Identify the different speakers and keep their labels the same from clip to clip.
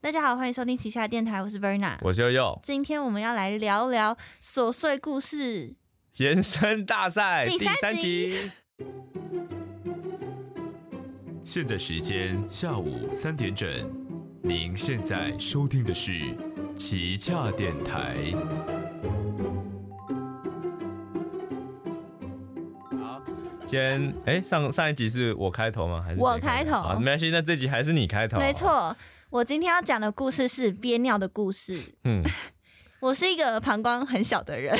Speaker 1: 大家好，欢迎收听旗下电台，我是 Verna。
Speaker 2: 我是悠悠，
Speaker 1: 今天我们要来聊聊琐碎故事。
Speaker 2: 延伸大赛
Speaker 1: 第
Speaker 2: 第
Speaker 1: 三
Speaker 2: 三集。
Speaker 3: 现在时间下午三点整，您现在收听的是旗下电台。
Speaker 2: 好，今天哎，上上一集是我开头吗？还是谁
Speaker 1: 我开头
Speaker 2: 好，没关系，那这集还是你开头。啊
Speaker 1: 没，错，我今天要讲的故事是憋尿的故事。
Speaker 2: 嗯，
Speaker 1: 我是一个膀胱很小的人，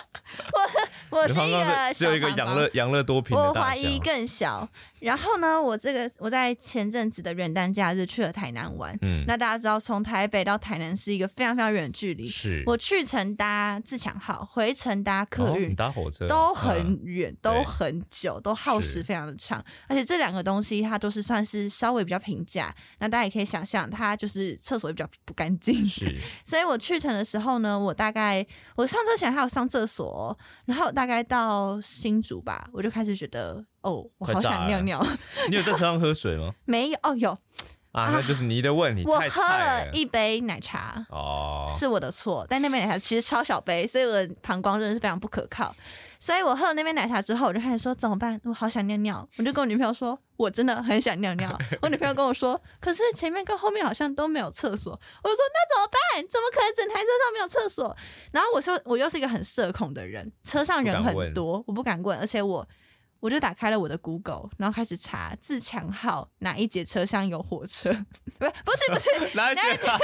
Speaker 1: 我我是一
Speaker 2: 嗯你刚刚
Speaker 1: 个
Speaker 2: 是只有一个
Speaker 1: 小膀
Speaker 2: 养
Speaker 1: 胱
Speaker 2: 乐养乐多瓶
Speaker 1: 我
Speaker 2: 的大
Speaker 1: 怀
Speaker 2: 小。
Speaker 1: 疑更小。然后呢，我这个我在前阵子的元旦假日去了台南玩。
Speaker 2: 嗯，
Speaker 1: 那大家知道，从台北到台南是一个非常非常远的距离。
Speaker 2: 是
Speaker 1: 我去程搭自强号，回程搭客
Speaker 2: 哦嗯
Speaker 1: 运
Speaker 2: 你，搭火车
Speaker 1: 都很远，都
Speaker 2: 对
Speaker 1: 很久，都耗时
Speaker 2: 是
Speaker 1: 非常的长。而且这两个东西它都是算是稍微比较平价。那大家也可以想象，它就是厕所也比较不干净。
Speaker 2: 嗯是
Speaker 1: 所以我去程的时候呢，我大概我上车前还有上厕所哦、然后大概到新竹吧，我就开始觉得哦，我好
Speaker 2: 快炸
Speaker 1: 想
Speaker 2: 了
Speaker 1: 尿尿。
Speaker 2: 你有在车上喝水吗？
Speaker 1: 没有哦，有
Speaker 2: 啊
Speaker 1: 啊，
Speaker 2: 那就是你的问题，
Speaker 1: 我
Speaker 2: 太
Speaker 1: 喝
Speaker 2: 菜
Speaker 1: 了一杯奶茶。
Speaker 2: 哦，
Speaker 1: 是我的错，但那杯奶茶其实超小杯，所以我的膀胱真的是非常不可靠。所以我喝了那杯奶茶之后，我就开始说怎么办？我好想尿尿，我就跟我女朋友说，我真的很想尿 尿。我女朋友跟我说，可是前面跟后面好像都没有厕所。我就说那怎么办？怎么可能整台车上没有厕所？然后我说我又是一个很社恐的人，车上人
Speaker 2: 不敢
Speaker 1: 很
Speaker 2: 问
Speaker 1: 多，我不敢问，而且我。我就打开了我的 Google，然后开始查自强号哪一节车厢有火车， 不是不是不 是，
Speaker 2: 来
Speaker 1: 哪一节
Speaker 2: 来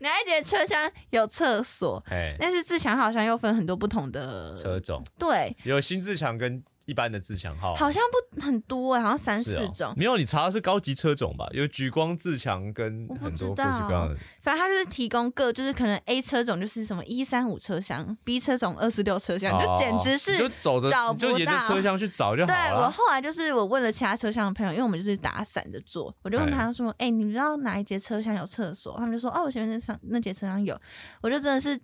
Speaker 1: 哪一节车厢有厕所？
Speaker 2: 哎，
Speaker 1: 但是自强好像又分很多不同的
Speaker 2: 车，种
Speaker 1: 对，
Speaker 2: 有新自强跟一般的自强号，
Speaker 1: 好像不很多、欸，好像三
Speaker 2: 是
Speaker 1: 四
Speaker 2: 哦
Speaker 1: 种。
Speaker 2: 没有，你查的是高级车种吧？有举光、自强跟
Speaker 1: 我不
Speaker 2: 很
Speaker 1: 知
Speaker 2: 多各
Speaker 1: 道
Speaker 2: 式各样的。
Speaker 1: 反正它就是提供各，就是可能 A 车种就是什么一三五车厢，B 车种二四六车厢，就简直
Speaker 2: 哦
Speaker 1: 是
Speaker 2: 你就走着
Speaker 1: 找
Speaker 2: 你
Speaker 1: 不
Speaker 2: 就沿着
Speaker 1: 到
Speaker 2: 车厢去找就好
Speaker 1: 对我
Speaker 2: 了。
Speaker 1: 后来就是我问了其他车厢的朋友，因为我们就是打散着坐，我就问他说：“哎、你们知道哪一节车厢有厕所？”他们就说：“哦，我前面那上那节车厢有。”我就真的是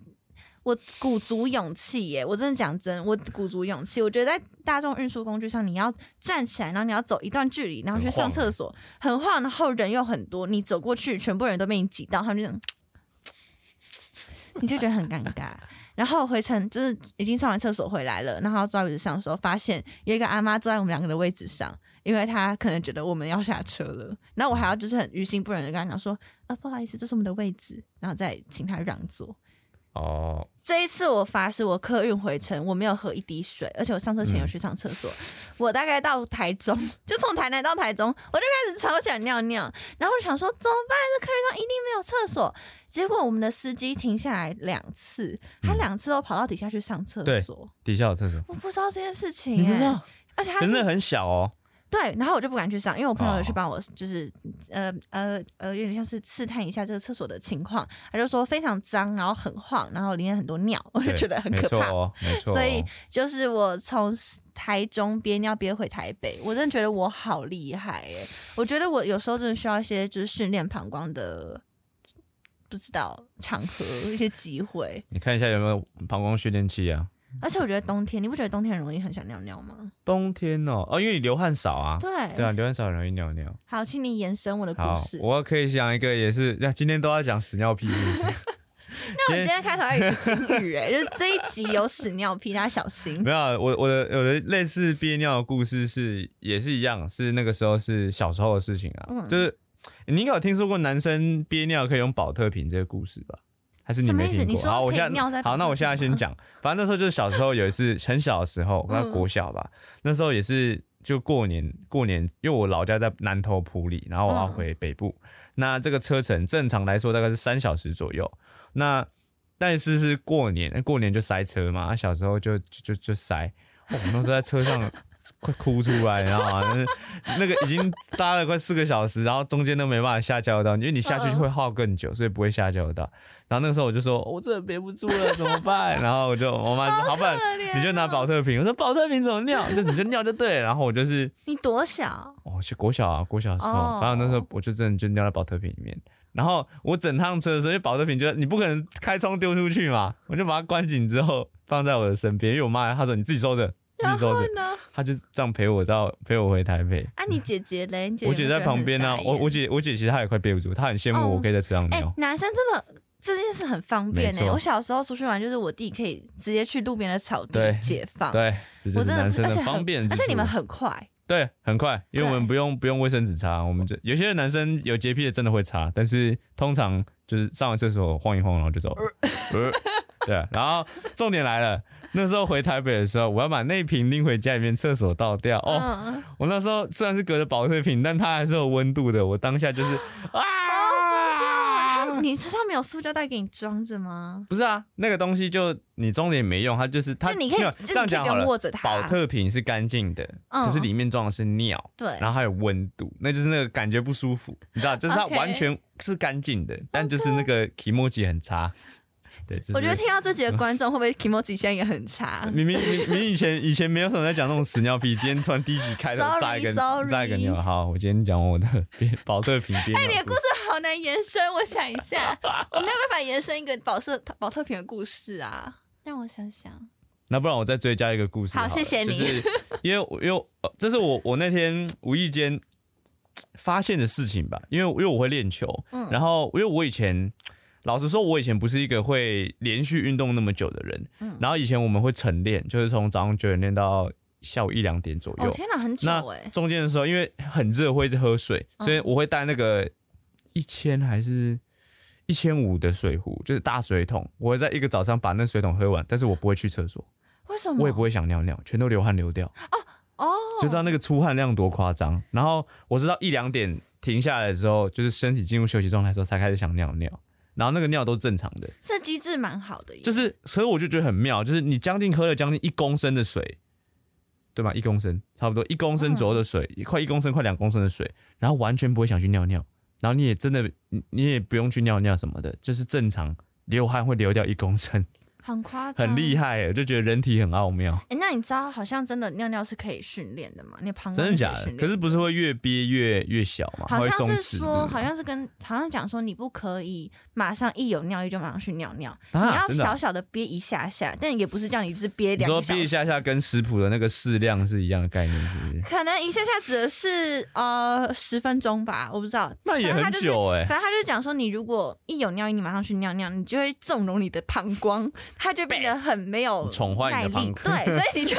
Speaker 1: 我鼓足勇气耶！我真的讲真，我鼓足勇气。我觉得在大众运输工具上，你要站起来，然后你要走一段距离，然后去上厕所，很晃，然后人又很多，你走过去，全部人都被你挤到，他们就这样你就觉得很尴尬。然后回程就是已经上完厕所回来了，然后坐在位置上的时候，发现有一个阿妈坐在我们两个的位置上，因为她可能觉得我们要下车了，然后我还要就是很于心不忍的跟她讲说，呃，不好意思，这是我们的位置，然后再请她让座。
Speaker 2: 哦，
Speaker 1: 这一次我发誓，我客运回程我没有喝一滴水，而且我上车
Speaker 2: 嗯
Speaker 1: 前有去上厕所。我大概到台中， 就从台南到台中，我就开始超想尿尿，然后我想说怎么办？这客运上一定没有厕所。结果我们的司机停下来两次，他两次都跑到底下去上厕
Speaker 2: 嗯对
Speaker 1: 所。
Speaker 2: 底下有厕所，
Speaker 1: 我不知道这件事情、欸，
Speaker 2: 你不知道？
Speaker 1: 而且他
Speaker 2: 可是那
Speaker 1: 哎是
Speaker 2: 很小哦。
Speaker 1: 对，然后我就不敢去上，因为我朋友
Speaker 2: 哦
Speaker 1: 有去帮我，就是、呃呃呃，有点像是刺探一下这个厕所的情况，他就说非常脏，然后很晃，然后里面很多尿， 我就
Speaker 2: 对
Speaker 1: 觉得很
Speaker 2: 没
Speaker 1: 可
Speaker 2: 错
Speaker 1: 怕。
Speaker 2: 哦，没错哦。
Speaker 1: 所以就是我从台中憋尿憋回台北，我真的觉得我好厉害哎、我觉得我有时候真的需要一些就是训练膀胱的，不知道场合一些机会。
Speaker 2: 你看一下有没有膀胱训练器啊？
Speaker 1: 而且我觉得冬天，你不觉得冬天很容易很想尿尿吗？
Speaker 2: 冬天哦，哦，因为你流汗少啊。
Speaker 1: 对，
Speaker 2: 对啊，流汗少很容易尿尿。
Speaker 1: 好，请你延伸我的故
Speaker 2: 好
Speaker 1: 事，。
Speaker 2: 我可以讲一个，也是，那今天都要讲屎尿屁是不 是？
Speaker 1: 那我们今天开头还有一个 金语哎，就是这一集有屎尿屁，大家小心
Speaker 2: 没。有啊，我我的我的类似憋尿的故事是也是一样，是那个时候是小时候的事情啊，
Speaker 1: 嗯
Speaker 2: 就是你应该有听说过男生憋尿可以用保特瓶这个故事吧？还是你
Speaker 1: 什么
Speaker 2: 没
Speaker 1: 意思
Speaker 2: 听
Speaker 1: 你说
Speaker 2: 过？好，我
Speaker 1: 可以
Speaker 2: 现
Speaker 1: 尿在
Speaker 2: 在
Speaker 1: 保特
Speaker 2: 好，那我现在
Speaker 1: 瓶
Speaker 2: 先
Speaker 1: 吗
Speaker 2: 讲，反正那时候就是小时候有一次很小的时候，那
Speaker 1: 嗯
Speaker 2: 国小吧，那时候也是就过年过年，因为我老家在南头埔里，然后我要
Speaker 1: 嗯
Speaker 2: 回北部，那这个车程正常来说大概是三小时左右，那但是是过年，那过年就塞车嘛，啊小时候就就就就塞，哦我们那时候在车上 快哭出来，你知道吗？那那个已经搭了快四个小时，然后中间都没办法下交流道，因为你下去就会耗更久，所以不会下交流道。然后那个时候我就说，我真的憋不住了，怎么办？然后我就我妈就说，好不然你就拿保特瓶。 我说保特瓶怎么尿？ 就你就尿就对了。然后我就是
Speaker 1: 你多小？
Speaker 2: 哦，是国小啊，国小的时候，
Speaker 1: 哦
Speaker 2: 反正那时候我就真的就尿在保特瓶里面。然后我整趟车的时候，因为保特瓶就你不可能开窗丢出去嘛，我就把它关紧之后放在我的身边，因为我妈她说你自己收着，绿洲子，
Speaker 1: 呢？
Speaker 2: 他就这样陪我到陪我回台北。
Speaker 1: 啊啊，你姐姐嘞？你姐
Speaker 2: 我姐在旁边啊，我我
Speaker 1: 姐
Speaker 2: 姐我姐其实她也快憋不住，她很羡慕
Speaker 1: 哦
Speaker 2: 我可以在车上
Speaker 1: 哎、
Speaker 2: 尿。
Speaker 1: 男生真的这件事很方便
Speaker 2: 没
Speaker 1: 哎、
Speaker 2: 错
Speaker 1: 我小时候出去玩，就是我弟可以直接去路边的草
Speaker 2: 对
Speaker 1: 地解放，
Speaker 2: 对，这就
Speaker 1: 哎我
Speaker 2: 是
Speaker 1: 真的
Speaker 2: 男
Speaker 1: 不
Speaker 2: 生
Speaker 1: 而且
Speaker 2: 的
Speaker 1: 很
Speaker 2: 方便之
Speaker 1: 而
Speaker 2: 处。
Speaker 1: 且你们很快，
Speaker 2: 对，很快，因为我们
Speaker 1: 对
Speaker 2: 不用不用卫生纸擦，我们这有些男生有洁癖的真的会擦，但是通常就是上完厕所晃一晃，然后就走了。呃对，然后重点来了，那时候回台北的时候，我要把那瓶拎回家里面厕所倒掉。哦，
Speaker 1: 嗯，嗯
Speaker 2: 我那时候虽然是隔着保特瓶，但它还是有温度的。我当 下就是
Speaker 1: 啊
Speaker 2: 啊，
Speaker 1: 哦你车上没有塑胶袋给你装着吗？
Speaker 2: 不是啊，那个东西就你装着也没用，它就是它。
Speaker 1: 就你可以
Speaker 2: 没有
Speaker 1: 就是
Speaker 2: 这样
Speaker 1: 你可以
Speaker 2: 讲
Speaker 1: 不
Speaker 2: 好
Speaker 1: 用
Speaker 2: 了
Speaker 1: 握着，它
Speaker 2: 保特瓶是干净的，
Speaker 1: 嗯
Speaker 2: 可是里面装的是尿。
Speaker 1: 对，
Speaker 2: 然后还有温度，那就是那个感觉不舒服，你知道，就是它
Speaker 1: OK
Speaker 2: 完全是干净的，但就是那个 e m o j i 很差。对，这是
Speaker 1: 我觉得听到这集的观众会不会 i m o j i 现在也很 差？
Speaker 2: 明明明明以前以前没有什么在讲那种屎尿屁，今天突然第一集开头
Speaker 1: Sorry，
Speaker 2: 炸一个
Speaker 1: sorry
Speaker 2: 炸一个尿。好，我今天讲完我的 憋保特瓶憋尿
Speaker 1: 哎、你的
Speaker 2: 裤
Speaker 1: 故事好难延伸，我想一下，我没有办法延伸一个保特保特瓶的故事啊。让我想想，
Speaker 2: 那不然我再追加一个故事
Speaker 1: 好
Speaker 2: 了
Speaker 1: 谢谢你
Speaker 2: 就是因为我因为呃这是我我那天无意间发现的事情吧，因为因为我会练球，
Speaker 1: 嗯
Speaker 2: 然后因为我以前老实说，我以前不是一个会连续运动那么久的人，
Speaker 1: 嗯
Speaker 2: 然后以前我们会晨练，就是从早上九点练到下午一两点左右，
Speaker 1: 哦天哪，很久
Speaker 2: 那
Speaker 1: 哎、
Speaker 2: 中间的时候，因为很热，会一直喝水，
Speaker 1: 嗯
Speaker 2: 所以我会带那个一千还是一千五的水壶，就是大水桶。我会在一个早上把那水桶喝完，但是我不会去厕所，
Speaker 1: 为什么？
Speaker 2: 我也不会想尿尿，全都流汗流掉，
Speaker 1: 哦，
Speaker 2: 就知道那个出汗量多夸张。然后我知道一两点停下来的时候，就是身体进入休息状态的时候，才开始想尿尿。然后那个尿都是正常的，
Speaker 1: 这机制蛮好的耶，
Speaker 2: 就是所以我就觉得很妙，就是你将近喝了将近一公升的水，对吧？一公升差不多一公升左右的水，
Speaker 1: 嗯
Speaker 2: 一快一公升快两公升的水，然后完全不会想去尿尿，然后你也真的你你也不用去尿尿什么的，就是正常流汗会流掉一公升，
Speaker 1: 很夸张，
Speaker 2: 很厉
Speaker 1: 害。
Speaker 2: 害耶，我就觉得人体很奥妙，
Speaker 1: 哎、那你知道好像真的尿尿是可以训练的吗？你的膀胱
Speaker 2: 真的假
Speaker 1: 以
Speaker 2: 的？
Speaker 1: 训练
Speaker 2: 可是不是会越憋越越小吗？它
Speaker 1: 好
Speaker 2: 会
Speaker 1: 像
Speaker 2: 松
Speaker 1: 是
Speaker 2: 弛
Speaker 1: 说，
Speaker 2: 对不对
Speaker 1: 好像是跟好像讲说，你不可以马上一有尿意就马上去尿尿，你
Speaker 2: 啊，
Speaker 1: 要
Speaker 2: 真的啊、
Speaker 1: 小小的憋一下下，但也不是叫你是憋
Speaker 2: 你
Speaker 1: 两
Speaker 2: 说
Speaker 1: 个小
Speaker 2: 憋一
Speaker 1: 时。
Speaker 2: 下下跟食谱的那个适量是一样的概念， 是不是？
Speaker 1: 可能一下下指的是呃十分钟吧，我不知道。
Speaker 2: 那也
Speaker 1: 反正他
Speaker 2: 很
Speaker 1: 就是
Speaker 2: 久哎、
Speaker 1: 反正他就讲说，你如果一有尿意，你马上去尿尿，你就会纵容你的膀 胱，它就变得很没有
Speaker 2: 宠坏
Speaker 1: 耐
Speaker 2: 你的
Speaker 1: 力。
Speaker 2: 膀胱
Speaker 1: 对，所以 你就，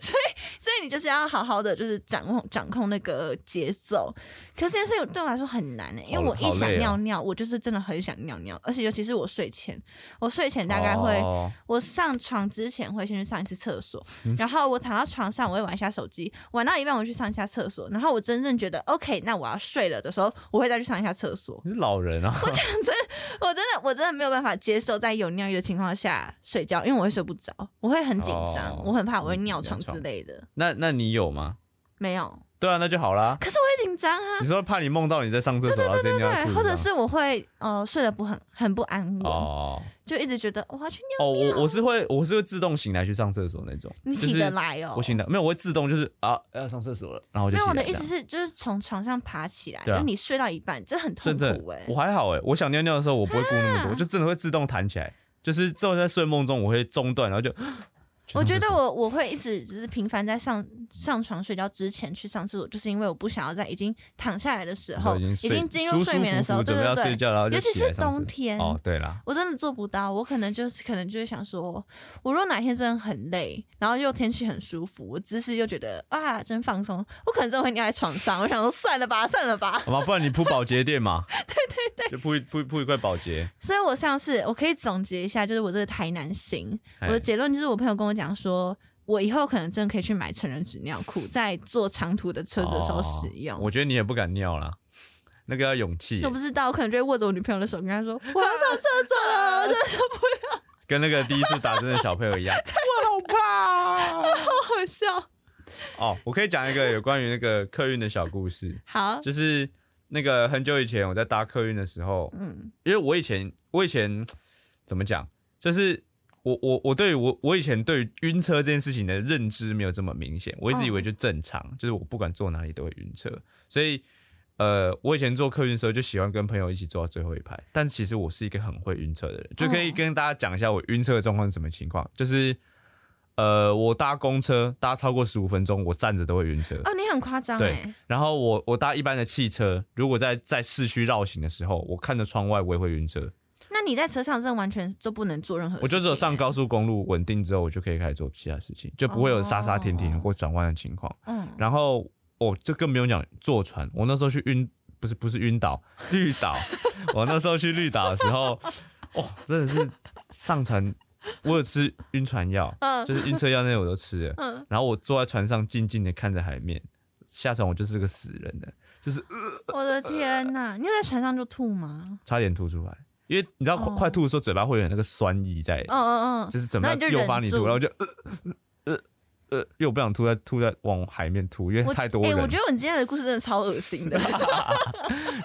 Speaker 1: 所以所以你就是要好好的，就是掌控掌控那个节奏。可是这件事情对我来说很难呢、欸因为
Speaker 2: 好
Speaker 1: 我一
Speaker 2: 好
Speaker 1: 想
Speaker 2: 累哦
Speaker 1: 尿尿，我就是真的很想尿尿，而且尤其是我睡前，我睡前大概会。
Speaker 2: 哦
Speaker 1: 我上床之前会先去上一次厕所，
Speaker 2: 嗯
Speaker 1: 然后我躺到床上，我会玩一下手机，玩到一半我去上一下厕所，然后我真正觉得 OK，那我要睡了的时候，我会再去上一下厕所。
Speaker 2: 你是老人 啊，
Speaker 1: 我真的我真的没有办法接受在有尿意的情况下睡觉，因为我会睡不着，我会很紧张，
Speaker 2: 哦
Speaker 1: 我很怕我会尿床
Speaker 2: 尿床
Speaker 1: 之类的。
Speaker 2: 那那你有吗？
Speaker 1: 没有，
Speaker 2: 对啊，那就好啦。
Speaker 1: 可是我会紧张啊，
Speaker 2: 你说怕你梦到你在上厕所，然后对
Speaker 1: 对，或者是我会呃睡得不很很不安稳，
Speaker 2: 哦
Speaker 1: 就一直觉得我要去尿，
Speaker 2: 哦，我我是会我是会自动醒来去上厕所那种，
Speaker 1: 你
Speaker 2: 就
Speaker 1: 起得
Speaker 2: 是
Speaker 1: 来哦。
Speaker 2: 我醒来没有，我会自动就是啊要上厕所了，然后我就
Speaker 1: 没有，
Speaker 2: 醒
Speaker 1: 我
Speaker 2: 来
Speaker 1: 的
Speaker 2: 了。
Speaker 1: 意思是，就是从床上爬起来，
Speaker 2: 对啊
Speaker 1: 就你睡到一半，这很痛
Speaker 2: 真的
Speaker 1: 苦啊哎、，
Speaker 2: 我还好哎，我想尿尿的时候我不会顾那么多，我就真的会自动弹起来，就是这种在睡梦中我会中断，然后就。 去
Speaker 1: 我
Speaker 2: 上
Speaker 1: 觉得
Speaker 2: 厕所
Speaker 1: 我我会一直就是频繁在上上床睡觉之前去上厕所，就是因为我不想要在已经躺下来的时
Speaker 2: 然后
Speaker 1: 候，
Speaker 2: 已
Speaker 1: 已经进入
Speaker 2: 舒
Speaker 1: 睡眠的时候，
Speaker 2: 舒服服
Speaker 1: 对
Speaker 2: 准备要
Speaker 1: 对
Speaker 2: 睡
Speaker 1: 对，
Speaker 2: 觉，然后就
Speaker 1: 尤其
Speaker 2: 起来
Speaker 1: 是
Speaker 2: 上厕
Speaker 1: 冬
Speaker 2: 所
Speaker 1: 天，
Speaker 2: 哦，对啦，
Speaker 1: 我真的做不到。我可能就是可能就会想说，我如果哪天真的很累，然后又天气很舒服，我姿势又觉得啊真放松，我可能真的会尿在床上。我想说算了吧，算了吧。
Speaker 2: 好吧，不然你铺保洁垫 嘛，对对对，就铺一铺一铺一块保洁，
Speaker 1: 所以我上次我可以总结一下，就是我这个台南行，
Speaker 2: 哎
Speaker 1: 我的结论就是我朋友跟我讲说。我以后可能真的可以去买成人纸尿裤，在坐长途的车子的时候使用。
Speaker 2: 哦我觉得你也不敢尿啦，那个要勇气耶
Speaker 1: 我，不知道，我可能就会握着我女朋友的手跟她说：“我要上厕所了。” 我真的说
Speaker 2: 跟那个第一次打针的小朋 友一样。我好怕哦
Speaker 1: 不好笑。
Speaker 2: 哦！我可以讲一个有关于那个客运的小故事，
Speaker 1: 好，
Speaker 2: 就是那个很久以前我在搭客运的时候，
Speaker 1: 嗯，
Speaker 2: 因为我以前我以前嗯怎么讲，就是我我我对于我我以前对于晕车这件事情的认知没有这么明显，我一直以为就正常，就是我不管坐哪里都会晕车，所以呃，我以前坐客运的时候就喜欢跟朋友一起坐到最后一排，但其实我是一个很会晕车的人，就可以
Speaker 1: 哦
Speaker 2: 跟大家讲一下我晕车的状况是什么情况，就是呃，我搭公车搭超过十五分钟，我站着都会晕车。
Speaker 1: 哦，你很夸张
Speaker 2: 对
Speaker 1: 哎，，
Speaker 2: 然后我我搭一般的汽车，如果在在市区绕行的时候，我看着窗外我也会晕车。
Speaker 1: 那你在车上真的完全就不能做任何事情欸，
Speaker 2: 我就只有上高速公路稳定之后，我就可以开始做其他事情，就不会有刹刹停停
Speaker 1: 哦
Speaker 2: 或转弯的情况。
Speaker 1: 嗯，
Speaker 2: 然后哦，这更不用讲坐船，我那时候去晕不是不是晕岛绿 岛，我那时候去绿岛的时候，哦，真的是上船，我有吃晕船药，
Speaker 1: 嗯
Speaker 2: 就是晕车药那些我都吃了，
Speaker 1: 嗯
Speaker 2: 然后我坐在船上静静的看着海面，下船我就是个死人了，就是、呃
Speaker 1: 我的天呐，你有在船上就吐吗？
Speaker 2: 差点吐出来，因为你知道快
Speaker 1: 哦
Speaker 2: 快吐的时候嘴巴会有那个酸意在，
Speaker 1: 嗯嗯嗯，
Speaker 2: 就是准备
Speaker 1: 那你就
Speaker 2: 要诱发
Speaker 1: 忍
Speaker 2: 你吐，
Speaker 1: 住
Speaker 2: 然后就呃呃呃呃，又不想吐，再吐再往海面吐，因为
Speaker 1: 我
Speaker 2: 太多
Speaker 1: 哎、
Speaker 2: 人了。
Speaker 1: 我觉得你今天的故事真的超恶心 的。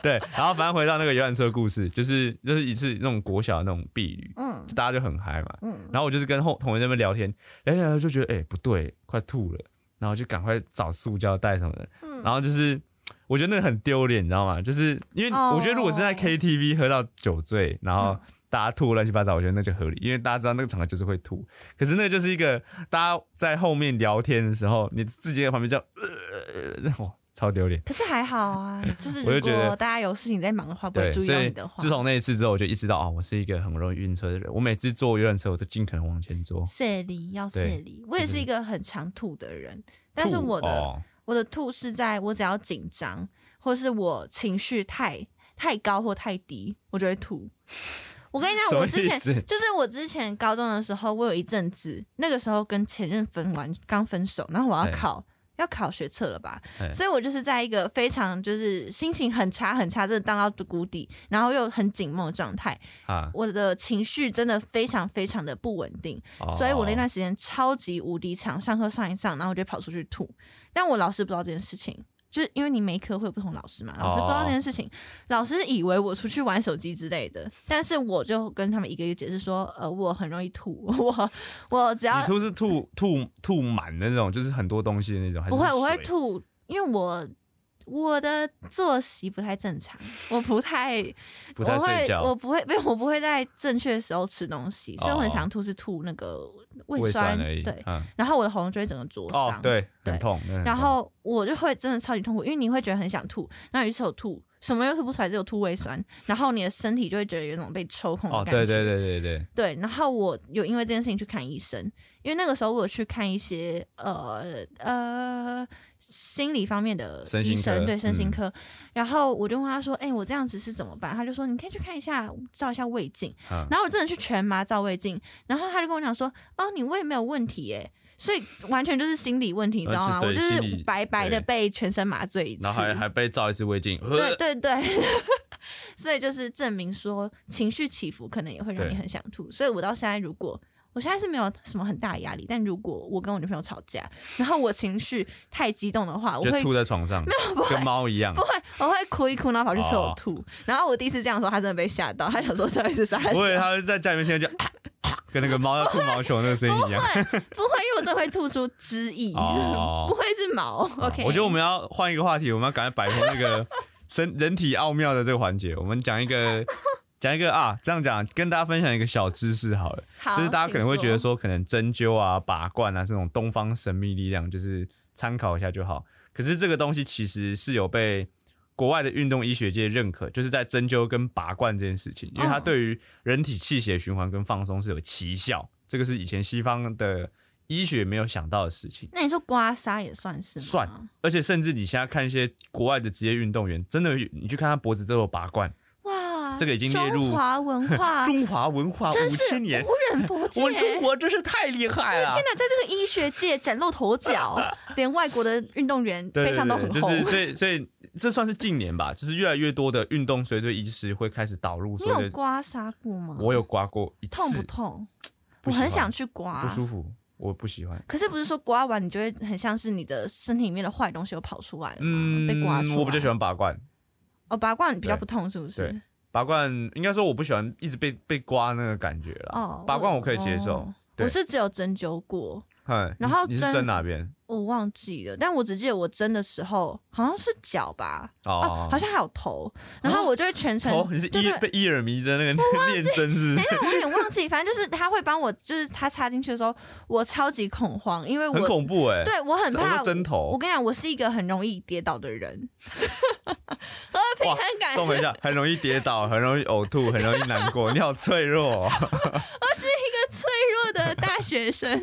Speaker 2: 对，然后反正回到那个游览车故事，就是就是一次那种国小的那种避旅，
Speaker 1: 嗯
Speaker 2: 大家就很嗨嘛。
Speaker 1: 嗯，
Speaker 2: 然后我就是跟后同学在那边聊天，聊天聊天就觉得哎、不对，快吐了，然后就赶快找塑胶袋什么的。
Speaker 1: 嗯
Speaker 2: 然后就是我觉得那个很丢脸，你知道吗？就是因为我觉得如果是在
Speaker 1: 哦
Speaker 2: KTV 喝到酒醉，然后
Speaker 1: 嗯
Speaker 2: 大家吐乱七八糟，我觉得那就合理，因为大家知道那个场合就是会吐。可是那就是一个大家在后面聊天的时候，你自己在旁边叫，呃，哇，超丢脸。
Speaker 1: 可是还好啊，就是
Speaker 2: 我就
Speaker 1: 如
Speaker 2: 觉得
Speaker 1: 果大家有事情在忙的话，不会
Speaker 2: 对，
Speaker 1: 注意
Speaker 2: 所
Speaker 1: 到
Speaker 2: 以
Speaker 1: 你的话。
Speaker 2: 自从那一次之后，我就意识到啊、我是一个很容易晕车的人。我每次坐游览车，我都尽可能往前坐。
Speaker 1: 谢礼要谢
Speaker 2: 对
Speaker 1: 礼，我也是一个很常吐的人，但是
Speaker 2: 吐
Speaker 1: 我的、
Speaker 2: 哦
Speaker 1: 我的吐是在我只要紧张，或是我情绪太太高或太低，我就会吐。我跟你
Speaker 2: 什
Speaker 1: 讲，
Speaker 2: 么
Speaker 1: 我之前
Speaker 2: 意思
Speaker 1: 就是我之前高中的时候，我有一阵子，那个时候跟前任分完刚分手，然后我
Speaker 2: 哎
Speaker 1: 要考要考学测了吧
Speaker 2: 哎，
Speaker 1: 所以我就是在一个非常就是心情很差很差，真的荡到谷底，然后又很紧绷的状态，
Speaker 2: 啊，
Speaker 1: 我的情绪真的非常非常的不稳定。
Speaker 2: 哦
Speaker 1: 所以我那段时间超级无敌长，上课上一上，然后我就跑出去吐。但我老师不知道这件事情，就是因为你每一科会有不同老师嘛，老师不知道这
Speaker 2: 哦
Speaker 1: 件事情，老师以为我出去玩手机之类的。但是我就跟他们一个一个解释说，呃，我很容易吐， 我我只要
Speaker 2: 你吐是吐吐吐满的那种，就是很多东西的那种，还是
Speaker 1: 不会，我会
Speaker 2: 水。
Speaker 1: 吐，因为我。我的作息不太正常，我不太，
Speaker 2: 不太睡觉
Speaker 1: 我会，我不会，没有，我不会在正确的时候吃东西，所以我很
Speaker 2: 哦
Speaker 1: 常吐是吐那个
Speaker 2: 胃
Speaker 1: 胃
Speaker 2: 酸而已。
Speaker 1: 对，
Speaker 2: 嗯，
Speaker 1: 然后我的喉咙就会整个灼伤、
Speaker 2: 哦，对，很
Speaker 1: 对
Speaker 2: 痛。那很
Speaker 1: 然
Speaker 2: 痛
Speaker 1: 后我就会真的超级痛苦，因为你会觉得很想吐，然后于是我吐，什么又吐不出来，只有吐胃酸，然后你的身体就会觉得有一种被抽空的
Speaker 2: 哦，
Speaker 1: 感觉。
Speaker 2: 对对对对对，
Speaker 1: 对然后我有因为这件事情去看医生，因为那个时候我有去看一些呃呃心理方面的
Speaker 2: 身心
Speaker 1: 医
Speaker 2: 科
Speaker 1: 生，对身心
Speaker 2: 嗯
Speaker 1: 科。然后我就问他说：“哎、我这样子是怎么办？”他就说：“你可以去看一下，照一下胃镜。
Speaker 2: 嗯
Speaker 1: 然后我真的去全麻照胃镜，然后他就跟我讲说：“哦，你胃没有问题耶。”所以完全就是心理问题，你知道吗？
Speaker 2: 呃
Speaker 1: 我
Speaker 2: 是
Speaker 1: 就
Speaker 2: 对心
Speaker 1: 是
Speaker 2: 理
Speaker 1: 白白的
Speaker 2: 对
Speaker 1: 被全身麻醉一次，
Speaker 2: 然后还还被照一次胃镜。
Speaker 1: 对对对， 所以就是证明说情绪起伏可能也会让
Speaker 2: 对
Speaker 1: 你很想吐。所以我到现在，如果我现在是没有什么很大的压力，但如果我跟我女朋友吵架，然后我情绪太激动的话，我
Speaker 2: 就
Speaker 1: 会
Speaker 2: 吐在床上，跟猫一 样
Speaker 1: 不。会，我会哭一哭，然后跑去厕所
Speaker 2: 哦
Speaker 1: 吐。然后我第一次这样说，她真的被吓到，她想说到底是啥事？啊
Speaker 2: 我以为他在家里面听到就 跟那个猫在吐毛球那个声音一样。
Speaker 1: 不会，因为我真的会吐出汁液，
Speaker 2: 哦
Speaker 1: 不会是毛。OK，
Speaker 2: 我觉得我们要换一个话题，我们要赶快摆脱那个身人体奥妙的这个环节，我们讲一个。讲一个啊，这样讲，跟大家分享一个小知识好了，
Speaker 1: 好
Speaker 2: 就是大家可能会觉得
Speaker 1: 啊请说
Speaker 2: 说，可能针灸啊、拔罐啊这种东方神秘力量，就是参考一下就好。可是这个东西其实是有被国外的运动医学界认可，就是在针灸跟拔罐这件事情，因为它
Speaker 1: 嗯
Speaker 2: 对于人体气血循环跟放松是有奇效，这个是以前西方的医学没有想到的事情。
Speaker 1: 那你说刮痧也算是吗
Speaker 2: 算而且甚至你现在看一些国外的职业运动员，真的有，你去看他脖子都有拔罐，
Speaker 1: 哇，
Speaker 2: 这个已经列
Speaker 1: 中
Speaker 2: 入
Speaker 1: 华文 化，
Speaker 2: 中华文化
Speaker 1: 啊真
Speaker 2: 五
Speaker 1: 是
Speaker 2: 千年，
Speaker 1: 无人不见。
Speaker 2: 我们中国真是太厉害了
Speaker 1: 天。哪，在这个医学界崭露头角，连外国的运动员
Speaker 2: 对
Speaker 1: 背上
Speaker 2: 对
Speaker 1: 都
Speaker 2: 对，
Speaker 1: 很
Speaker 2: 就
Speaker 1: 红。
Speaker 2: 是所以所以这算是近年吧，就是越来越多的运动随队医师会开始导入
Speaker 1: 你
Speaker 2: 所
Speaker 1: 有
Speaker 2: 谓的，
Speaker 1: 刮痧过吗？
Speaker 2: 我有刮过一次，
Speaker 1: 痛不痛？
Speaker 2: 不
Speaker 1: 我
Speaker 2: 喜欢
Speaker 1: 很想去刮
Speaker 2: 不，舒服，我不喜欢。
Speaker 1: 可是不是说刮完你就会很像是你的身体里面的坏东西有跑出来了吗？
Speaker 2: 嗯
Speaker 1: 被刮出来。
Speaker 2: 我比较喜欢拔罐，
Speaker 1: 哦，拔罐比较
Speaker 2: 对
Speaker 1: 不痛是不是
Speaker 2: 对？拔罐应该说我不喜欢一直被被刮那个感觉啦。
Speaker 1: 哦，
Speaker 2: 拔罐我可以接受
Speaker 1: 哦。
Speaker 2: 对
Speaker 1: 我是只有针灸过，
Speaker 2: 嗨，
Speaker 1: 然后
Speaker 2: 你你是
Speaker 1: 针
Speaker 2: 针哪边？
Speaker 1: 我忘记了，但我只记得我针的时候好像是脚吧，
Speaker 2: 哦啊
Speaker 1: 啊，，好像还有头，然后我就会全程，
Speaker 2: 头，你是
Speaker 1: 对
Speaker 2: 伊
Speaker 1: 对
Speaker 2: 被伊尔迷的那个练针
Speaker 1: 等
Speaker 2: 是不是
Speaker 1: 一？哎下，我有点忘记，反正就是他会帮我，就是他插进去的时候，我超级恐慌，因为
Speaker 2: 很
Speaker 1: 我
Speaker 2: 恐怖哎，
Speaker 1: 对我很
Speaker 2: 我
Speaker 1: 怕
Speaker 2: 说针头
Speaker 1: 我跟你讲，我是一个很容易跌倒的人， 我的平
Speaker 2: 哇
Speaker 1: 衡感，
Speaker 2: 综
Speaker 1: 我
Speaker 2: 合一下，很容易跌倒，很容易呕吐，很容易难过， 你好脆 弱哦。
Speaker 1: 是一个脆弱的大学生。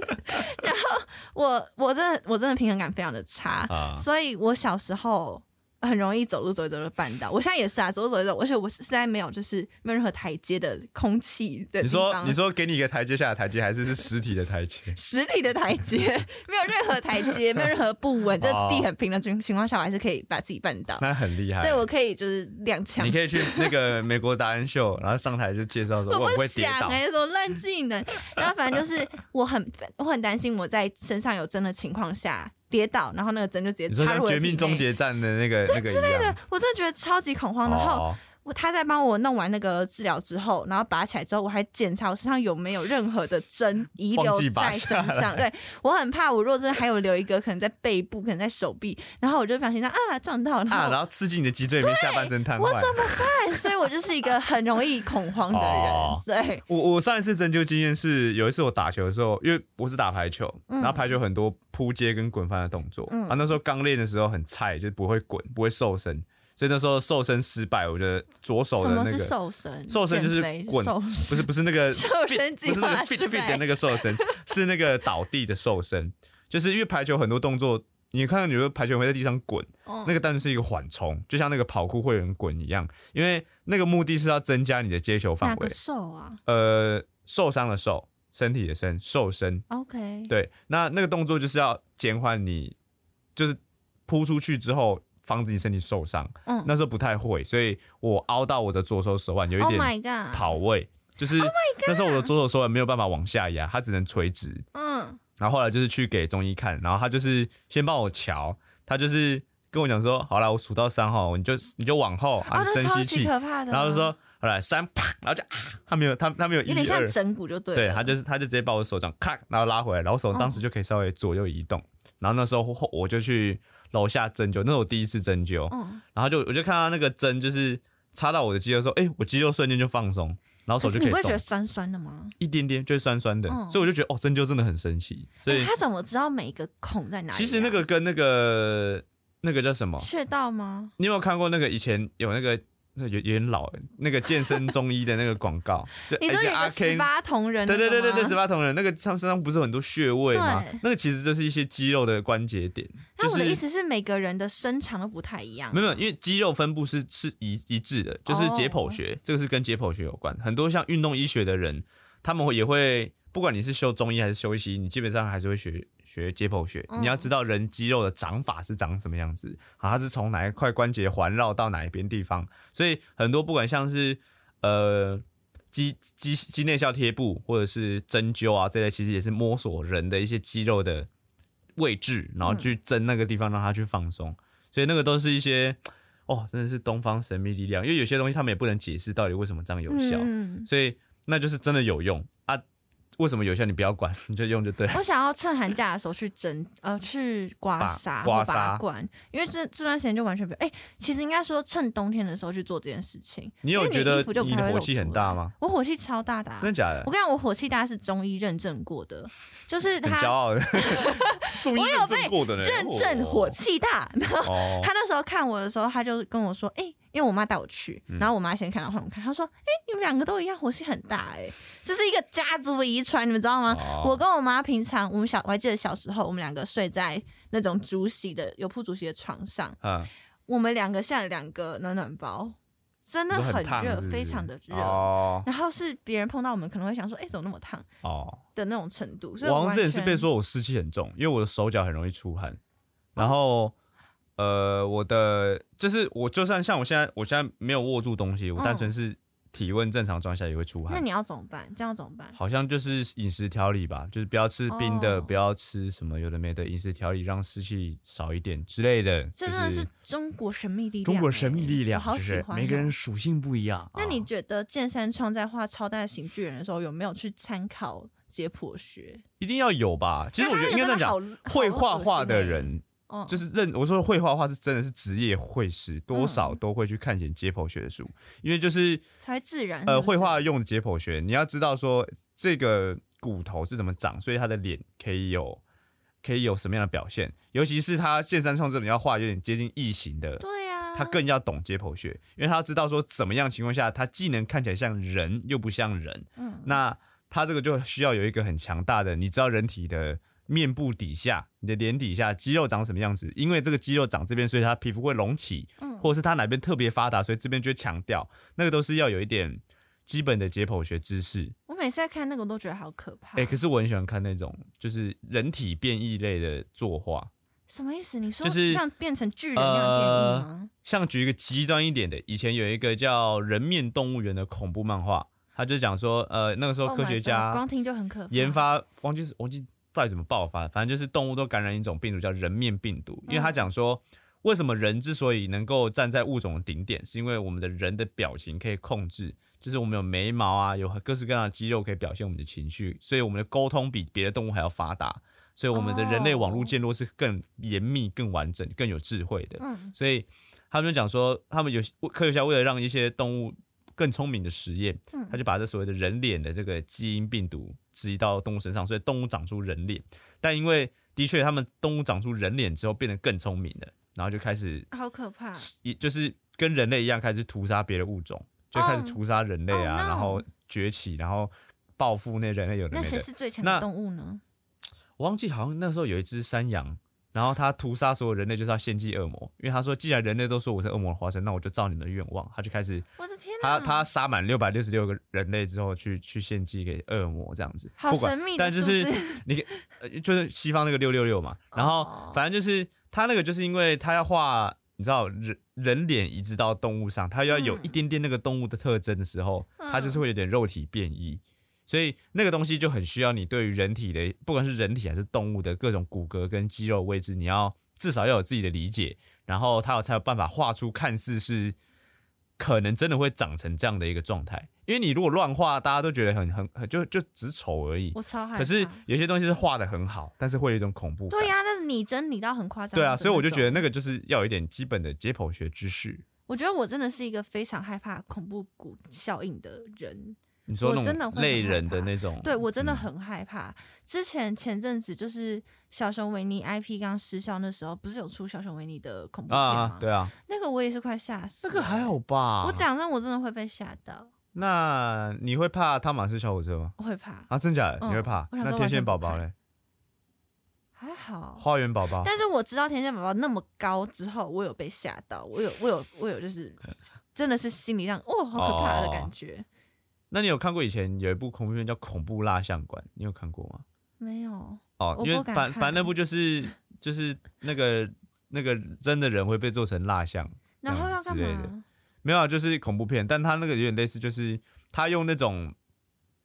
Speaker 1: 然后我我真的我真的平衡感非常的差，
Speaker 2: 啊
Speaker 1: 所以我小时候。很容易走路走一走就绊倒，我现在也是啊，走路走一走，而且我是现在没有就是没有任何台阶的空气的
Speaker 2: 你
Speaker 1: 地
Speaker 2: 说
Speaker 1: 方，
Speaker 2: 你说给你一个台阶下的台阶，还是是实体的 台阶？
Speaker 1: 实体的台阶， 没有任何台阶，没有任何不稳，这
Speaker 2: 哦
Speaker 1: 地很平的情情况下，我还是可以把自己绊倒。
Speaker 2: 那很厉害。
Speaker 1: 对，我可以就是踉
Speaker 2: 你
Speaker 1: 跄。
Speaker 2: 可以去那个美国达人秀，然后上台就介 绍说我很
Speaker 1: 不
Speaker 2: 会跌
Speaker 1: 想
Speaker 2: 倒。
Speaker 1: 哎、什么烂技能？然后反正就是我很 我很担心我在身上有针的情况下跌倒，然后那个针就直接
Speaker 2: 你说
Speaker 1: 插
Speaker 2: 像
Speaker 1: 入
Speaker 2: 《
Speaker 1: 我的
Speaker 2: 绝命
Speaker 1: 体内
Speaker 2: 终。结战》的那个那个一
Speaker 1: 对
Speaker 2: 样。，
Speaker 1: 我真的觉得超级恐慌。然后
Speaker 2: 哦，
Speaker 1: 我他在帮我弄完那个治疗之后，然后拔起来之后，我还检查我身上有没有任何的 针遗
Speaker 2: 忘
Speaker 1: 留
Speaker 2: 记拔
Speaker 1: 在身上。对我很怕，我如果真的还有留一个，可能在背部，可能在手臂，然后我就不小心这样啊撞到，然
Speaker 2: 啊，
Speaker 1: 后
Speaker 2: 然后刺激你的脊椎里面下半身瘫
Speaker 1: 我
Speaker 2: 痪。
Speaker 1: 怎么办？所以我就是一个很容易恐慌的人。
Speaker 2: 哦
Speaker 1: 对，
Speaker 2: 我我上一次针灸经验是有一次我打球的时候，因为我是打排球，
Speaker 1: 嗯
Speaker 2: 然后排球很多扑接跟滚翻的动作，
Speaker 1: 嗯
Speaker 2: 然后那时候刚练的时候很菜，就是不会滚，不会瘦身，所以那时候瘦身失败，我觉得左手
Speaker 1: 什
Speaker 2: 的
Speaker 1: 么
Speaker 2: 那
Speaker 1: 是
Speaker 2: 个
Speaker 1: 瘦身？
Speaker 2: 瘦身就是
Speaker 1: 减肥
Speaker 2: 滚
Speaker 1: 瘦身
Speaker 2: 不是不是那个
Speaker 1: 瘦
Speaker 2: fit-
Speaker 1: 身计
Speaker 2: 不是那
Speaker 1: 划
Speaker 2: 个 fit
Speaker 1: 失
Speaker 2: fit 的
Speaker 1: 败
Speaker 2: 那个瘦 身，是那个倒地的瘦身，就是因为排球很多动作，你看到有的排球会在地上滚，
Speaker 1: 嗯
Speaker 2: 那个单纯是一个缓冲，就像那个跑酷会员滚一样，因为那个目的是要增加你的接球
Speaker 1: 哪
Speaker 2: 范围
Speaker 1: 个，瘦啊
Speaker 2: 呃，受伤的受，身体的身，瘦身。
Speaker 1: ？OK，
Speaker 2: 对，那那个动作就是要减缓你，就是扑出去之后，防止你身体受伤。
Speaker 1: 嗯
Speaker 2: 那时候不太会，所以我凹到我的左手手腕有一
Speaker 1: Oh
Speaker 2: 点
Speaker 1: my god，，
Speaker 2: 跑位，就是那时候我的左手手腕没有办法往下压，它只能垂直。
Speaker 1: 嗯，
Speaker 2: 然后后来就是去给中医看，然后他就是先帮我瞧，他就是跟我讲说，好了，我数到三号，你就你就往后啊，
Speaker 1: 哦，那
Speaker 2: 深
Speaker 1: 超
Speaker 2: 吸
Speaker 1: 级
Speaker 2: 气，
Speaker 1: 可怕的。
Speaker 2: 然后就说，好了，三啪，然后就啊，他没有他他没有一
Speaker 1: 有点像
Speaker 2: 二，
Speaker 1: 整蛊就对了。
Speaker 2: 对他就是他就直接把我手掌咔，然后拉回来，然后手当时就可以稍微左右移动，然后那时候后我就去楼下针灸，那是我第一次针灸，
Speaker 1: 嗯，
Speaker 2: 然后就我就看到那个针就是插到我的肌肉的时候，哎，我肌肉瞬间就放松，然后手
Speaker 1: 可是
Speaker 2: 就可
Speaker 1: 你不
Speaker 2: 以
Speaker 1: 会觉
Speaker 2: 动
Speaker 1: 得，酸酸的吗？
Speaker 2: 一点点就是酸酸的，
Speaker 1: 嗯
Speaker 2: 所以我就觉得哦，针灸真的很神奇，所以
Speaker 1: 哎他怎么知道每一个孔在哪里啊？
Speaker 2: 其实那个跟那个那个叫什么？
Speaker 1: 穴道吗？
Speaker 2: 你有没有看过那个以前有那个那有有点老那个健身中医的那个广告？就
Speaker 1: 你
Speaker 2: 而
Speaker 1: 说
Speaker 2: 且
Speaker 1: 有
Speaker 2: 阿
Speaker 1: 个十
Speaker 2: K
Speaker 1: 八铜人那
Speaker 2: 对
Speaker 1: 个吗，
Speaker 2: 对对对对，十八铜人那个他们身上不是有很多穴位吗
Speaker 1: 对？
Speaker 2: 那个其实就是一些肌肉的关节点，就
Speaker 1: 那我的意
Speaker 2: 是
Speaker 1: 思是，每个人的身长都不太一样。
Speaker 2: 没有没有，因为肌肉分布是是一一致的，就是解剖
Speaker 1: 哦
Speaker 2: 学，这个是跟解剖学有关。很多像运动医学的人，他们会也会，不管你是修中医还是修西医，你基本上还是会学学解剖学。
Speaker 1: 嗯
Speaker 2: 你要知道人肌肉的长法是长什么样子，好，它是从哪一块关节环绕到哪一边地方。所以很多不管像是呃肌肌肌内效贴布或者是针灸啊这类，其实也是摸索人的一些肌肉的位置，然
Speaker 1: 嗯
Speaker 2: 后去针那个地方让它去放松。所以那个都是一些哦，真的是东方神秘力量，因为有些东西他们也不能解释到底为什么这样有效，
Speaker 1: 嗯，
Speaker 2: 所以那就是真的有用啊。为什么有效你不要管，你就用就对了。
Speaker 1: 我想要趁寒假的时候去针呃去刮痧、
Speaker 2: 刮刮痧
Speaker 1: 拔罐，因为这这段时间就完全不哎、其实应该说趁冬天的时候去做这件事情。
Speaker 2: 你
Speaker 1: 因
Speaker 2: 有
Speaker 1: 为
Speaker 2: 觉
Speaker 1: 的
Speaker 2: 得
Speaker 1: 衣服就不
Speaker 2: 你
Speaker 1: 太
Speaker 2: 的
Speaker 1: 会
Speaker 2: 火
Speaker 1: 露
Speaker 2: 气
Speaker 1: 出
Speaker 2: 很
Speaker 1: 来
Speaker 2: 大吗？？
Speaker 1: 我火气超大的啊、
Speaker 2: 真的假的
Speaker 1: 我？跟你讲，我火气大是中医认证过的，就是
Speaker 2: 很骄
Speaker 1: 他
Speaker 2: 傲的，中医
Speaker 1: 我有
Speaker 2: 认证
Speaker 1: 被
Speaker 2: 过的呢，
Speaker 1: 认证火气大，然后
Speaker 2: 哦，
Speaker 1: 他那时候看我的时候，他就跟我说：“哎、因为我妈带我去，
Speaker 2: 嗯
Speaker 1: 然后我妈先看到换我看，她说：‘哎、你们两个都一样，火气很大、哎， 这是一个家族遗传，你们知道吗？’
Speaker 2: 哦
Speaker 1: 我跟我妈平常，我们小我还记得小时候，我们两个睡在那种竹席的有铺竹席的床上，
Speaker 2: 嗯，
Speaker 1: 我们两个像两个暖暖包，真的
Speaker 2: 你说
Speaker 1: 很
Speaker 2: 烫
Speaker 1: 热，
Speaker 2: 是不是
Speaker 1: 非常的热。
Speaker 2: 哦
Speaker 1: 然后是别人碰到我们，可能会想说：‘哎、怎么那么烫
Speaker 2: 哦，’
Speaker 1: 的那种程度。 所以
Speaker 2: 我
Speaker 1: 我
Speaker 2: 好像之前是
Speaker 1: 完
Speaker 2: 被
Speaker 1: 全
Speaker 2: 说我湿气很重，因为我的手脚很容易出汗，然后呃，我的就是我就算像我现在，我现在没有握住东西，我单纯是体温正常状态下也会出
Speaker 1: 嗯那
Speaker 2: 汗。
Speaker 1: 你要怎么办？这样怎么办？
Speaker 2: 好像就是饮食调理吧，就是不要吃冰的，
Speaker 1: 哦
Speaker 2: 不要吃什么有的没的，饮食调理让湿气少一点之类的。
Speaker 1: 这
Speaker 2: 就
Speaker 1: 真的是中国神秘力量欸，
Speaker 2: 中国神秘力量，
Speaker 1: 我好
Speaker 2: 就
Speaker 1: 喜
Speaker 2: 是
Speaker 1: 欢哦。
Speaker 2: 每个人属性不一样。
Speaker 1: 那你
Speaker 2: 啊
Speaker 1: 觉得剑山创在画《超代型巨人》的时候，有没有去参考解剖学？
Speaker 2: 一定要有吧？其实我觉得应该这样讲，
Speaker 1: 讲
Speaker 2: 会画画的，人
Speaker 1: 好欸恶心欸嗯，
Speaker 2: 就是认我说会画画是真的是职业绘师，多少
Speaker 1: 嗯
Speaker 2: 都会去看一些解剖学的书，因为就是
Speaker 1: 才自然
Speaker 2: 呃
Speaker 1: 是不
Speaker 2: 绘
Speaker 1: 是
Speaker 2: 画用的解剖学，你要知道说这个骨头是怎么长，所以他的脸可以有可以有什么样的表现，尤其是他线上创作者要画有点接近异形的，
Speaker 1: 对啊，
Speaker 2: 他更要懂解剖学，因为他要知道说怎么样情况下他既能看起来像人又不像人，
Speaker 1: 嗯
Speaker 2: 那他这个就需要有一个很强大的，你知道人体的面部底下、你的脸底下肌肉长什么样子，因为这个肌肉长这边，所以他皮肤会隆起，
Speaker 1: 嗯
Speaker 2: 或者是他哪边特别发达，所以这边就会强调，那个都是要有一点基本的解剖学知识。
Speaker 1: 我每次在看那个，我都觉得好可怕。
Speaker 2: 哎、可是我很喜欢看那种就是人体变异类的作画，
Speaker 1: 什么意思？你说
Speaker 2: 就是呃
Speaker 1: 像变成巨人那样变异吗？
Speaker 2: 像举一个极端一点的，以前有一个叫《人面动物园》的恐怖漫画，他就讲说，呃，那个时候
Speaker 1: Oh
Speaker 2: 科
Speaker 1: my
Speaker 2: 学
Speaker 1: God，
Speaker 2: 家
Speaker 1: 光听就很可怕。
Speaker 2: 研发忘记是忘记到底怎么爆发，反正就是动物都感染一种病毒叫人面病毒，因为他讲说。为什么人之所以能够站在物种的顶点，是因为我们的人的表情可以控制，就是我们有眉毛啊，有各式各样的肌肉可以表现我们的情绪，所以我们的沟通比别的动物还要发达，所以我们的人类网络
Speaker 1: 哦
Speaker 2: 建络是更严密、更完整、更有智慧的。
Speaker 1: 嗯，
Speaker 2: 所以他们就讲说，他们有科学家为了让一些动物更聪明的实验，
Speaker 1: 嗯
Speaker 2: 他就把这所谓的人脸的这个基因病毒植移到动物身上，所以动物长出人脸。但因为的确，他们动物长出人脸之后变得更聪明了，然后就开始，
Speaker 1: 好可怕。
Speaker 2: 也就是跟人类一样，开始屠杀别的物种，就开始
Speaker 1: 哦
Speaker 2: 屠杀人类啊
Speaker 1: 哦，no
Speaker 2: 然后崛起，然后报复那人类有的
Speaker 1: 那
Speaker 2: 没
Speaker 1: 谁
Speaker 2: 的。
Speaker 1: 是最强
Speaker 2: 那
Speaker 1: 的动物呢？
Speaker 2: 我忘记好像那时候有一只山羊，然后它屠杀所有人类就是要献祭恶魔，因为他说既然人类都说我是恶魔的化身，那我就照你们的愿望，他就开始
Speaker 1: 我的天
Speaker 2: 他
Speaker 1: 哪！
Speaker 2: 他杀满六百六十六个人类之后去去献祭给恶魔这样子，
Speaker 1: 好
Speaker 2: 不管
Speaker 1: 神秘的
Speaker 2: 但就
Speaker 1: 数
Speaker 2: 是
Speaker 1: 字
Speaker 2: 你呃就是西方那个六六六嘛，然后
Speaker 1: 哦
Speaker 2: 反正就是他那个就是因为他要画。你知道人人脸移植到动物上，它要有一
Speaker 1: 嗯
Speaker 2: 点点那个动物的特征的时候，它就
Speaker 1: 嗯
Speaker 2: 是会有点肉体变异。所以那个东西就很需要你对于人体的，不管是人体还是动物的各种骨骼跟肌肉位置，你要至少要有自己的理解，然后它有才有办法画出看似是可能真的会长成这样的一个状态。因为你如果乱画，大家都觉得很很很就就只是丑而已。
Speaker 1: 我超害怕。
Speaker 2: 可是有些东西是画的很好，但是会有一种恐怖感。
Speaker 1: 对呀、那拟真拟到很夸张。
Speaker 2: 对啊，所以我就觉得
Speaker 1: 那种，
Speaker 2: 那个就是要有一点基本的解剖学知识。
Speaker 1: 我觉得我真的是一个非常害怕恐怖谷效应的人。
Speaker 2: 你说
Speaker 1: 我
Speaker 2: 那
Speaker 1: 真的
Speaker 2: 种
Speaker 1: 会很
Speaker 2: 类
Speaker 1: 害
Speaker 2: 人的
Speaker 1: 怕
Speaker 2: 那种，
Speaker 1: 对我真的
Speaker 2: 嗯
Speaker 1: 很害怕。之前前阵子就是小熊维尼 IP 刚失效那时候，不是有出小熊维尼的恐怖片吗
Speaker 2: 啊，？对啊，
Speaker 1: 那个我也是快吓死。
Speaker 2: 这个还好。吧？
Speaker 1: 我讲让我真的会被吓到，
Speaker 2: 那你会怕汤马斯小火车吗？
Speaker 1: 我会怕，
Speaker 2: 啊，真假的？
Speaker 1: 嗯
Speaker 2: 你会怕？
Speaker 1: 我想说
Speaker 2: 那天
Speaker 1: 完
Speaker 2: 线
Speaker 1: 全不
Speaker 2: 宝宝
Speaker 1: 怕
Speaker 2: 嘞？
Speaker 1: 还好。
Speaker 2: 花园宝宝？
Speaker 1: 但是我知道天线宝宝那么高之后，我有被吓到，我有我有我有 就是真的是心里让哦好可怕的感觉。
Speaker 2: 那你有看过以前有一部恐怖片叫《恐怖蜡像馆》，你有看过吗？
Speaker 1: 没有，
Speaker 2: 哦，
Speaker 1: 我
Speaker 2: 因为
Speaker 1: 不敢
Speaker 2: 反反正那
Speaker 1: 看
Speaker 2: 部就是就是那个那个真的人会被做成蜡像，
Speaker 1: 然后
Speaker 2: 这样
Speaker 1: 要
Speaker 2: 子
Speaker 1: 干
Speaker 2: 之类的
Speaker 1: 嘛？
Speaker 2: 没有啊，就是恐怖片，但他那个有点类似，就是他用那种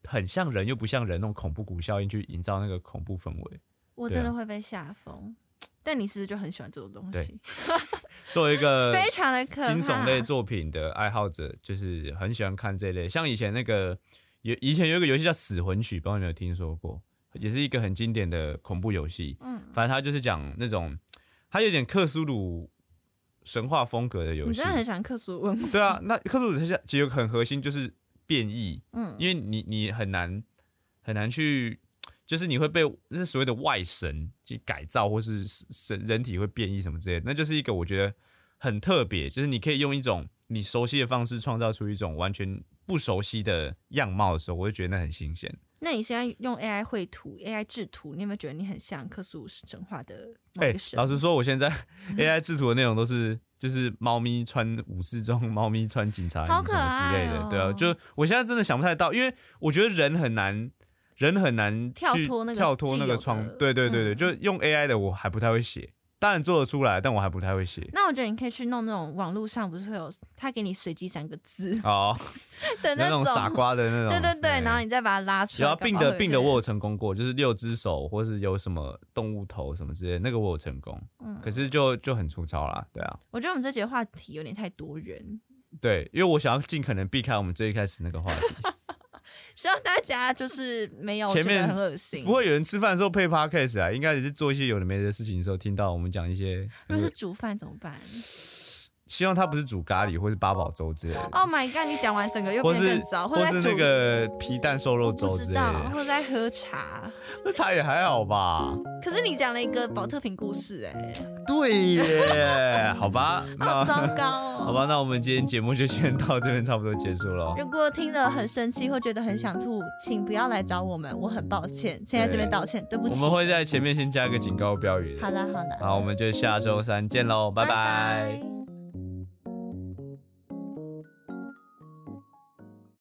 Speaker 2: 很像人又不像人那种恐怖谷效应去营造那个恐怖氛围。
Speaker 1: 我
Speaker 2: 对
Speaker 1: 真
Speaker 2: 啊
Speaker 1: 的会被吓疯。但你是不是就很喜欢这种东
Speaker 2: 对
Speaker 1: 西？
Speaker 2: 作为一 个
Speaker 1: 非常的可怕。
Speaker 2: 呃惊悚类作品的爱好者，就是很喜欢看这类。像以前那个有以前有一个游戏叫《死魂曲》，不知道你有没有听说过，也是一个很经典的恐怖游戏。
Speaker 1: 嗯，
Speaker 2: 反正它就是讲那种，它有点克苏鲁神话风格的游
Speaker 1: 你
Speaker 2: 戏
Speaker 1: 真。的很喜欢克苏鲁文化。
Speaker 2: 对啊，那克苏鲁它现在其实很核心就是变异，
Speaker 1: 嗯，
Speaker 2: 因为你你很难很难去，就是你会被那所谓的外神去改造，或是神人体会变异什么之类的，那就是一个我觉得很特别，就是你可以用一种你熟悉的方式创造出一种完全不熟悉的样貌的时候，我就觉得那很新鲜。
Speaker 1: 那你现在用 AI 绘图、AI 制图，你有没有觉得你很像克苏鲁神话的某
Speaker 2: 哎、
Speaker 1: 一个神？
Speaker 2: 老实说，我 现在 AI 制图的内容都是就是猫咪穿武士装，猫咪穿警察
Speaker 1: 好
Speaker 2: 衣什
Speaker 1: 可
Speaker 2: 么之类的，
Speaker 1: 爱
Speaker 2: 对啊，
Speaker 1: 哦
Speaker 2: 就我现在真的想不太到，因为我觉得人很难，人很难
Speaker 1: 跳
Speaker 2: 去
Speaker 1: 脱那个
Speaker 2: 跳脱那
Speaker 1: 既有
Speaker 2: 个
Speaker 1: 的嗯
Speaker 2: 窗，对对对对，就用 AI 的我还不太会写，当然做得出来，但我还不太会写。
Speaker 1: 那我觉得你可以去弄那种网络上不是会有他给你随机三个字
Speaker 2: 哦，
Speaker 1: 的
Speaker 2: 那种傻瓜的那种， 哎
Speaker 1: 对对对，然后你再把它拉出来。
Speaker 2: 然后病
Speaker 1: 搞不好
Speaker 2: 的
Speaker 1: 有
Speaker 2: 病
Speaker 1: 些
Speaker 2: 的
Speaker 1: 人
Speaker 2: 我有成功过，就是六只手或是有什么动物头什么之类的，那个我有成功，
Speaker 1: 嗯
Speaker 2: 可是就就很粗糙啦，对啊，
Speaker 1: 我觉得我们这节话题有点太多元，
Speaker 2: 对，因为我想要尽可能避开我们最一开始那个话题，
Speaker 1: 希望大家就是没有
Speaker 2: 前面
Speaker 1: 觉得很恶心。
Speaker 2: 不会有人吃饭的时候配 podcast 啊，应该也是做一些有的没的事情的时候听到我们讲一些，
Speaker 1: 如果是煮饭怎么办
Speaker 2: 希望他不是煮咖喱或是八宝粥之类的，
Speaker 1: ？Oh my god！你讲完整个又
Speaker 2: 或
Speaker 1: 变得
Speaker 2: 是
Speaker 1: 更糟，
Speaker 2: 或
Speaker 1: 者
Speaker 2: 是
Speaker 1: 在
Speaker 2: 那
Speaker 1: 煮
Speaker 2: 个皮蛋瘦肉
Speaker 1: 我不
Speaker 2: 粥之
Speaker 1: 知
Speaker 2: 类
Speaker 1: 道，
Speaker 2: 的，
Speaker 1: 或者在喝茶。
Speaker 2: 那茶也还 好吧。
Speaker 1: 可是你讲了一个保特瓶故事、 哎，
Speaker 2: 对耶，好吧，那
Speaker 1: 好糟糕哦。
Speaker 2: 好吧，那我们今天节目就先到这边，差不多结束 了。
Speaker 1: 如果听了很生气或觉得很想吐，请不要来找我们，我很抱歉，先在这边道歉，对不
Speaker 2: 我
Speaker 1: 起。
Speaker 2: 们会在前面先加一个警告标语的。
Speaker 1: 好的好的，
Speaker 2: 好，我们就下周三见喽，拜拜
Speaker 1: 拜